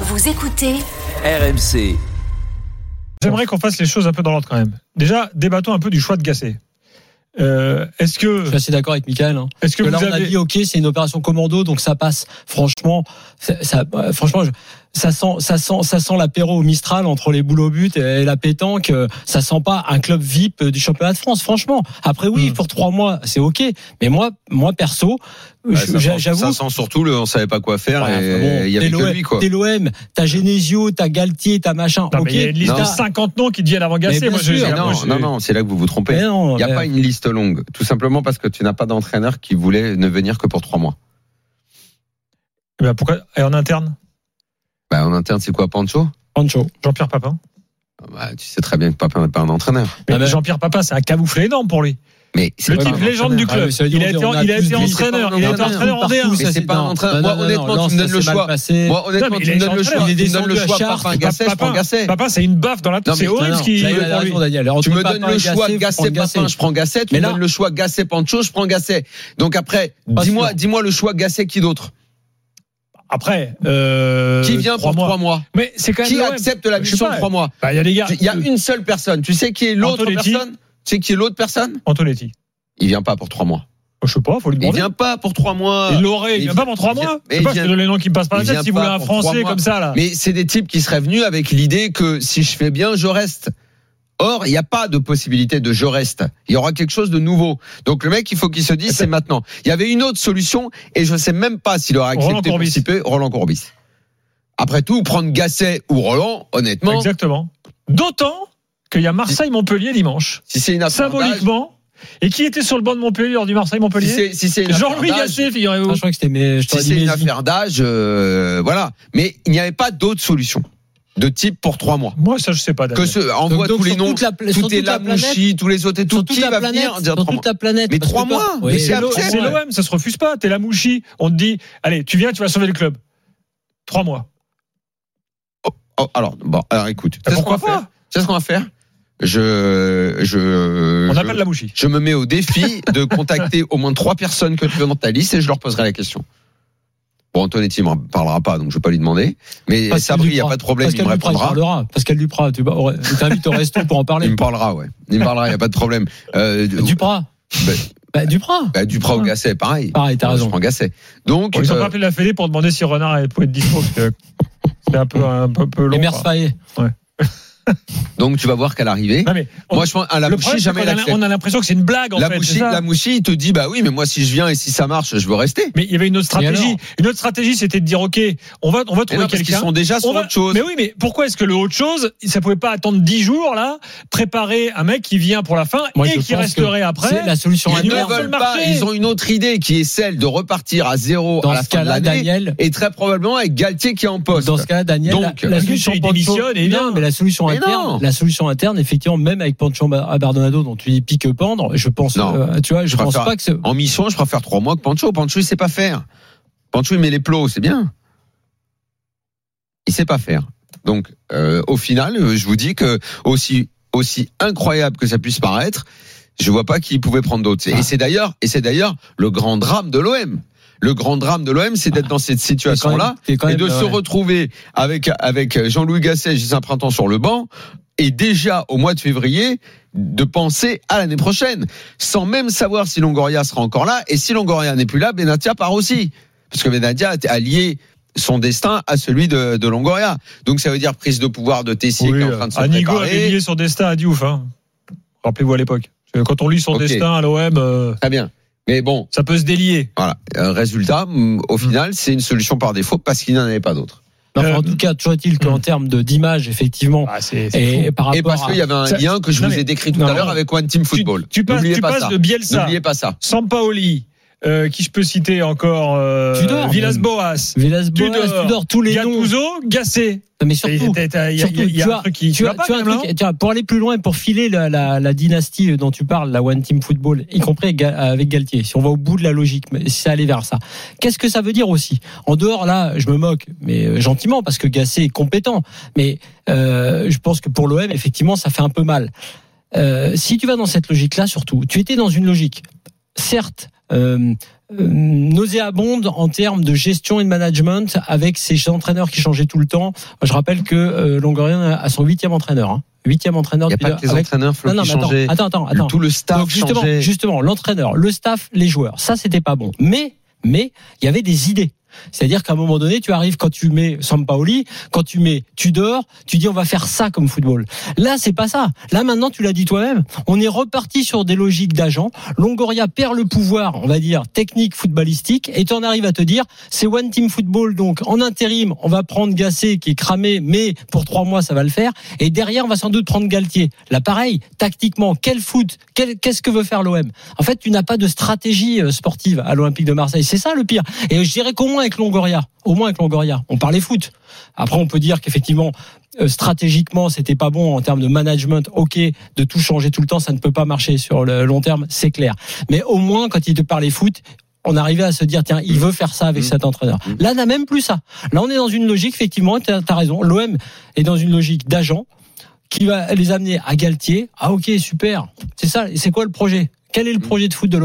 Vous écoutez RMC. J'aimerais qu'on fasse les choses un peu dans l'ordre quand même. Déjà, débattons un peu du choix de Gasset. Euh, est-ce que, Je suis assez d'accord avec Michael. Hein. est-ce que, Que là, vous on a avez, dit ok, c'est une opération commando, donc ça passe. Franchement, ça, ça- euh, franchement, je- ça sent, ça sent, ça sent l'apéro au Mistral entre les boules au but et la pétanque. euh, Ça sent pas un club VIP du championnat de France. Franchement, après oui, Hmm. pour trois mois, c'est ok. Mais moi, moi perso, Ouais, je- Ah, ça sent- j'avoue. Ça sent surtout le on savait pas quoi faire Ouais, et bon, il y t'es avait que l'OM, lui quoi. T'es l'OM, t'as Genesio, t'as Galtier, t'as machin. Non, ok. mais il y a une liste Non. de 50 noms qui viennent avant Gasset. Mais Moi, bien j'ai- sûr. Mais moi, non, j'ai- non, non, c'est là que vous vous Mais trompez. non, Il n'y a mais- pas une liste longue, tout simplement parce que tu n'as pas d'entraîneur qui voulait ne venir que pour trois mois. Eh ben, pourquoi Et en interne, Bah, en interne, c'est quoi Pancho Pancho. Jean-Pierre Papin. bah, Tu sais très bien que Papin n'est pas un entraîneur. Mais Ah ben. Jean-Pierre Papin, c'est un camouflet énorme pour lui. Mais c'est Le pas type un légende entraîneur. du Ah, club. mais ça veut dire il a qu'on été, dit, on a il a plus été de- entraîneur. Mais Il c'est a pas été un entraîneur en D1. entraîneur partout. hein. Mais Ça, c'est c'est- pas non, un entraîneur. non, Moi, non, honnêtement, non, tu ça, me donnes c'est le mal choix. passé. Moi, Non, honnêtement, mais tu il me est donnes le entraîneur. choix. Il est Tu me donnes le descendu à choix. Chartres. Papin, Il Gasset, je prends Papin. Gasset. Papin, c'est une baffe dans la Non, C'est mais- Non, horrible non, ce qui là, il a pour lui. raison, Daniel. Alors, Tu entre me donnes Papin le et choix Gasset, Gasset prends Gasset. Papin, je prends Gasset. Tu Mais me là- donnes le choix Gasset Pancho, je prends Gasset. Donc après, Pas dis-moi, sûr. dis-moi le choix Gasset qui d'autre Après, euh, Qui vient trois pour mois. trois mois Mais c'est quand même. Qui l'OM. accepte la Je sais mission pas. de trois mois Bah, Il y a les gars. Il y a une seule personne. Tu sais qui est l'autre Antonetti. personne Tu sais qui est l'autre personne Antonetti. Oh, Il vient pas pour trois mois. Je sais pas, faut lui Il demander. vient pas pour trois mois. Il l'aurait, il Ah, Il vient pas pour trois vient- mois. mais Je sais pas, il je te vient- donne les noms qui me passent par la il tête. vient Si vous voulez pas un pour trois Français mois. comme ça, là. Mais c'est des types qui seraient venus avec l'idée que si je fais bien, je reste. Or, il n'y a pas de possibilité de je reste. Il y aura quelque chose de nouveau. Donc le mec, il faut qu'il se dise, c'est maintenant. Il y avait une autre solution et je ne sais même pas s'il aura accepté Roland de Courbis. participer, Roland Courbis. Après tout, prendre Gasset ou Roland, honnêtement, Exactement. D'autant qu'il y a Marseille-Montpellier dimanche, si Ah, c'est une symboliquement. Et qui était sur le banc de Montpellier lors du si Marseille-Montpellier c'est si c'est une affaire Jean-Louis d'âge, Gasset, figurez-vous. Ah, je crois que c'était mais je Si t'aurais c'est dit une Messi. affaire d'âge, euh, voilà. Mais il n'y avait pas d'autre solution de type pour trois mois. Moi, ça, je sais pas. Que Daniel. ce, envoie Donc, tous les sur noms, toute la pla- sur tout est toute la planète, Lamouchi, tous les autres et tout. Sur toute Qui la va planète, venir en dire sur trois mois toute la planète. Mais parce trois que mois, toi- mais Oui, c'est C'est l'O- accepte. c'est l'OM, ça se refuse pas. T'es la mouchi. On te dit, allez, tu viens, tu vas sauver le club. Trois mois. Oh, alors, bon, alors écoute. Bah, c'est ce qu'on pourquoi va faire. pas C'est ce qu'on va faire. Je, je, On je- appelle la mouchi. je me mets au défi de contacter au moins trois personnes que tu veux dans ta liste et je leur poserai la question. Bon, Antonetti m'en parlera pas, donc je vais pas lui demander. Mais Pascal Sabri, il n'y a Duprat. pas de problème, il Pascal me Duprat, il répondra. parlera. Pascal Duprat, tu t'invites au resto pour en Il parler. me parlera, ouais. Il me parlera, il n'y a pas de problème. Euh, Duprat. Bah- Bah, Duprat. bah, Duprat ou Ah. Gasset, pareil. Pareil, t'as Je raison. prends Gasset. Donc, Oh, Ils ont euh, pas appelé la Fédé pour demander si Renard pouvait être dispo. parce que C'est un peu, un peu, peu long. Et quoi. Mers Faé. donc tu vas voir qu'à l'arrivée. Non, mais on- Moi, je pense à la le problème, mouchie, c'est jamais qu'on a- l'accepte. on a l'impression que c'est une blague, en La fait. c'est mouchie, ça la mouchie, il te dit, bah oui, mais moi, si je viens et si ça marche, je veux rester. Mais il y avait une autre Mais stratégie. alors Une autre stratégie, c'était de dire, OK, on va, on va Mais trouver non, parce qu'ils quelqu'un. sont déjà sur On va- autre chose. Mais oui, mais pourquoi est-ce que le autre chose, ça pouvait pas attendre 10 jours, là, préparer un mec qui vient pour la fin Moi, je et qui pense resterait C'est après la solution Il y a Ils une ne merde sur le interne. veulent pas, marché. ils ont une autre idée qui est celle de repartir à zéro à Dans la ce fin de cas-là, l'année. Daniel. Et très probablement avec Galtier qui est en poste. Dans ce cas, Daniel, Donc, la, la parce que solution tu Pancho- démissionnes et non, viens. mais la solution eh Mais interne, non. la solution interne, effectivement, même avec Pancho Abardonado, dont tu dis pique pendre, je pense, Non. euh, tu vois, je, Je pense préfère- pas que ce, En mission, je préfère trois mois que Pancho. Pancho, il sait pas faire. Pancho, il met les plots, c'est bien. Il sait pas faire. Donc, euh, au final, euh, je vous dis que aussi aussi incroyable que ça puisse paraître, je vois pas qui pouvait prendre d'autres. Et c'est d'ailleurs et c'est d'ailleurs le grand drame de l'OM. Le grand drame de l'OM, c'est d'être dans cette situation-là t'es quand et même- euh, de t'es quand se même, ouais. retrouver avec avec Jean-Louis Gasset, Gislain Printemps sur le banc et déjà au mois de février de penser à l'année prochaine sans même savoir si Longoria sera encore là et si Longoria n'est plus là, Benatia part aussi parce que Benatia a lié son destin à celui de, de Longoria. Donc ça veut dire prise de pouvoir de Tessier qui est en train de se Anigo avait préparer. lié son destin à Diouf, hein. Rappelez-vous à l'époque. Parce que Quand on lit son Ok. destin à l'OM, euh, Très bien. Mais bon, ça peut se délier. voilà. Euh, Résultat, mm, au final, c'est une solution par défaut parce qu'il n'y en avait pas d'autre. Mais enfin, Euh, en tout cas, toujours est-il qu'en termes de, d'image, effectivement, et, par Ah, Et rapport parce à- qu'il y avait un ça- lien que je non, vous mais- ai décrit tout non, à l'heure non. avec One Team Football. Tu passes, N'oubliez tu pas passes ça. de Bielsa, N'oubliez pas ça. Sampaoli, euh, qui je peux citer encore, euh, Tudor, Villas-Boas, Villas-Boas, Tudor, Tudor, tous les noms. Gattuso, Gassé. Non, mais Et surtout, t'as- t'as- Il y a- surtout, il y tu a un as- truc qui. tu va as- pas, tu as un quand même, hein. truc- tiens, pour aller plus loin, pour filer la, la- la dynastie dont tu parles, la One Team Football, y compris avec Ga- avec Galtier, si on va au bout de la logique, mais si ça allait vers ça, qu'est-ce que ça veut dire aussi En dehors, là, je me moque, mais euh, gentiment, parce que Gasset est compétent, mais euh, je pense que pour l'OM, effectivement, ça fait un peu mal. Euh, si tu vas dans cette logique-là, surtout, tu étais dans une logique, certes, euh, euh, nauséabonde en termes de gestion et de management avec ses entraîneurs qui changeaient tout le temps. Je rappelle que euh, Longoria a son huitième entraîneur. hein. Huitième entraîneur Il n'y a depuis pas que les avec- entraîneurs Flo, Non, non, qui mais attends, changeaient. attends, attends, attends. Tout le staff Donc justement, changeait. justement, l'entraîneur, le staff, les joueurs, ça c'était pas bon. Mais, mais il y avait des idées. C'est-à-dire qu'à un moment donné, tu arrives quand tu mets Sampaoli, quand tu mets Tudor, tu dis on va faire ça comme football. Là, c'est pas ça. Là maintenant, tu l'as dit toi-même, on est reparti sur des logiques d'agents. Longoria perd le pouvoir, on va dire, technique footballistique et tu en arrives à te dire c'est one team football donc en intérim, on va prendre Gassé qui est cramé mais pour trois mois ça va le faire et derrière on va sans doute prendre Galtier. Là pareil, tactiquement, quel foot, quel- qu'est-ce que veut faire l'OM En fait, tu n'as pas de stratégie euh, sportive à l'Olympique de Marseille, c'est ça le pire. Et je dirais qu'au moins avec Longoria, au moins avec Longoria, on parlait foot. Après on peut dire qu'effectivement euh, stratégiquement, c'était pas bon en termes de management. Ok, de tout changer tout le temps, ça ne peut pas marcher sur le long terme, c'est clair. Mais au moins, quand il te parlait foot, on arrivait à se dire tiens, il veut faire ça avec Mmh. cet entraîneur. Mmh. Là, on n'a même plus ça. Là, on est dans une logique, effectivement, tu as, raison. L'OM est dans une logique d'agent qui va les amener à Galtier. Ah ok, super. C'est ça. Et c'est quoi le projet Quel est le projet de foot de l'OM